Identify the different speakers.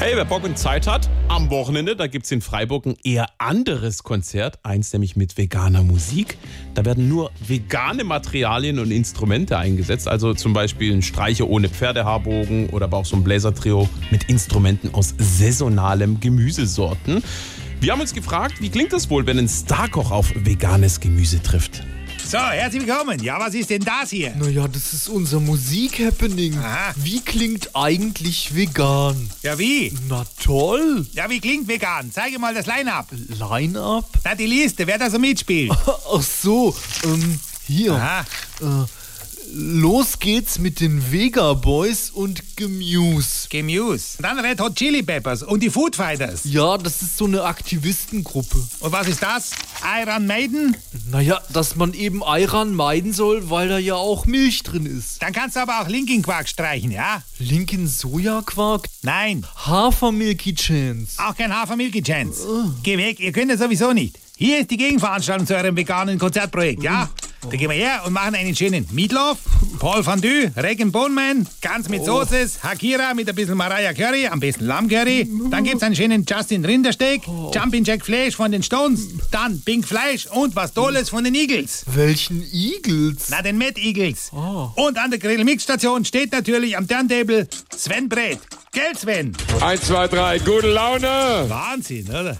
Speaker 1: Hey, wer Bock und Zeit hat, am Wochenende, da gibt's in Freiburg ein eher anderes Konzert, eins nämlich mit veganer Musik. Da werden nur vegane Materialien und Instrumente eingesetzt, also zum Beispiel ein Streicher ohne Pferdehaarbogen oder aber auch so ein Bläsertrio mit Instrumenten aus saisonalem Gemüsesorten. Wir haben uns gefragt, wie klingt das wohl, wenn ein Starkoch auf veganes Gemüse trifft?
Speaker 2: So, herzlich willkommen. Ja, was ist denn das hier?
Speaker 3: Naja, das ist unser Musik-Happening.
Speaker 2: Aha.
Speaker 3: Wie klingt eigentlich vegan?
Speaker 2: Ja, wie?
Speaker 3: Na toll!
Speaker 2: Ja, wie klingt vegan? Zeige mal das Line-Up.
Speaker 3: Line-Up?
Speaker 2: Na, die Liste, wer da so mitspielt.
Speaker 3: Ach so, ähm, hier. Äh,
Speaker 2: Aha.
Speaker 3: Los geht's mit den Vega Boys und Gemuse.
Speaker 2: Gemuse. Dann Red Hot Chili Peppers und die Food Fighters.
Speaker 3: Ja, das ist so eine Aktivistengruppe.
Speaker 2: Und was ist das? Iron Maiden?
Speaker 3: Naja, dass man eben Ayran meiden soll, weil da ja auch Milch drin ist.
Speaker 2: Dann kannst du aber auch Linkin Park streichen, ja?
Speaker 3: Linkin Sojaquark,
Speaker 2: Nein,
Speaker 3: Hafermilky Chance.
Speaker 2: auch kein Hafermilky Chance. Geh weg, ihr könnt das sowieso nicht. Hier ist die Gegenveranstaltung zu eurem veganen Konzertprojekt, ja? Da gehen wir her und machen einen schönen Meatloaf, Paul Fondue, Regan Bone Man, ganz mit Soßes, Hakira mit ein bisschen Mariah Curry, am besten Lamm Curry. Dann gibt's einen schönen Justin Rindersteak, Jumpin' Jack Fleisch von den Stones, dann Pink Fleisch und was Tolles von den Eagles.
Speaker 3: Welchen Eagles?
Speaker 2: Na, den Mad Eagles.
Speaker 3: Oh.
Speaker 2: Und an der Grill-Mix-Station steht natürlich am Turntable Sven Brett. Gell, Sven?
Speaker 4: Eins, zwei, drei, gute Laune!
Speaker 2: Wahnsinn, oder?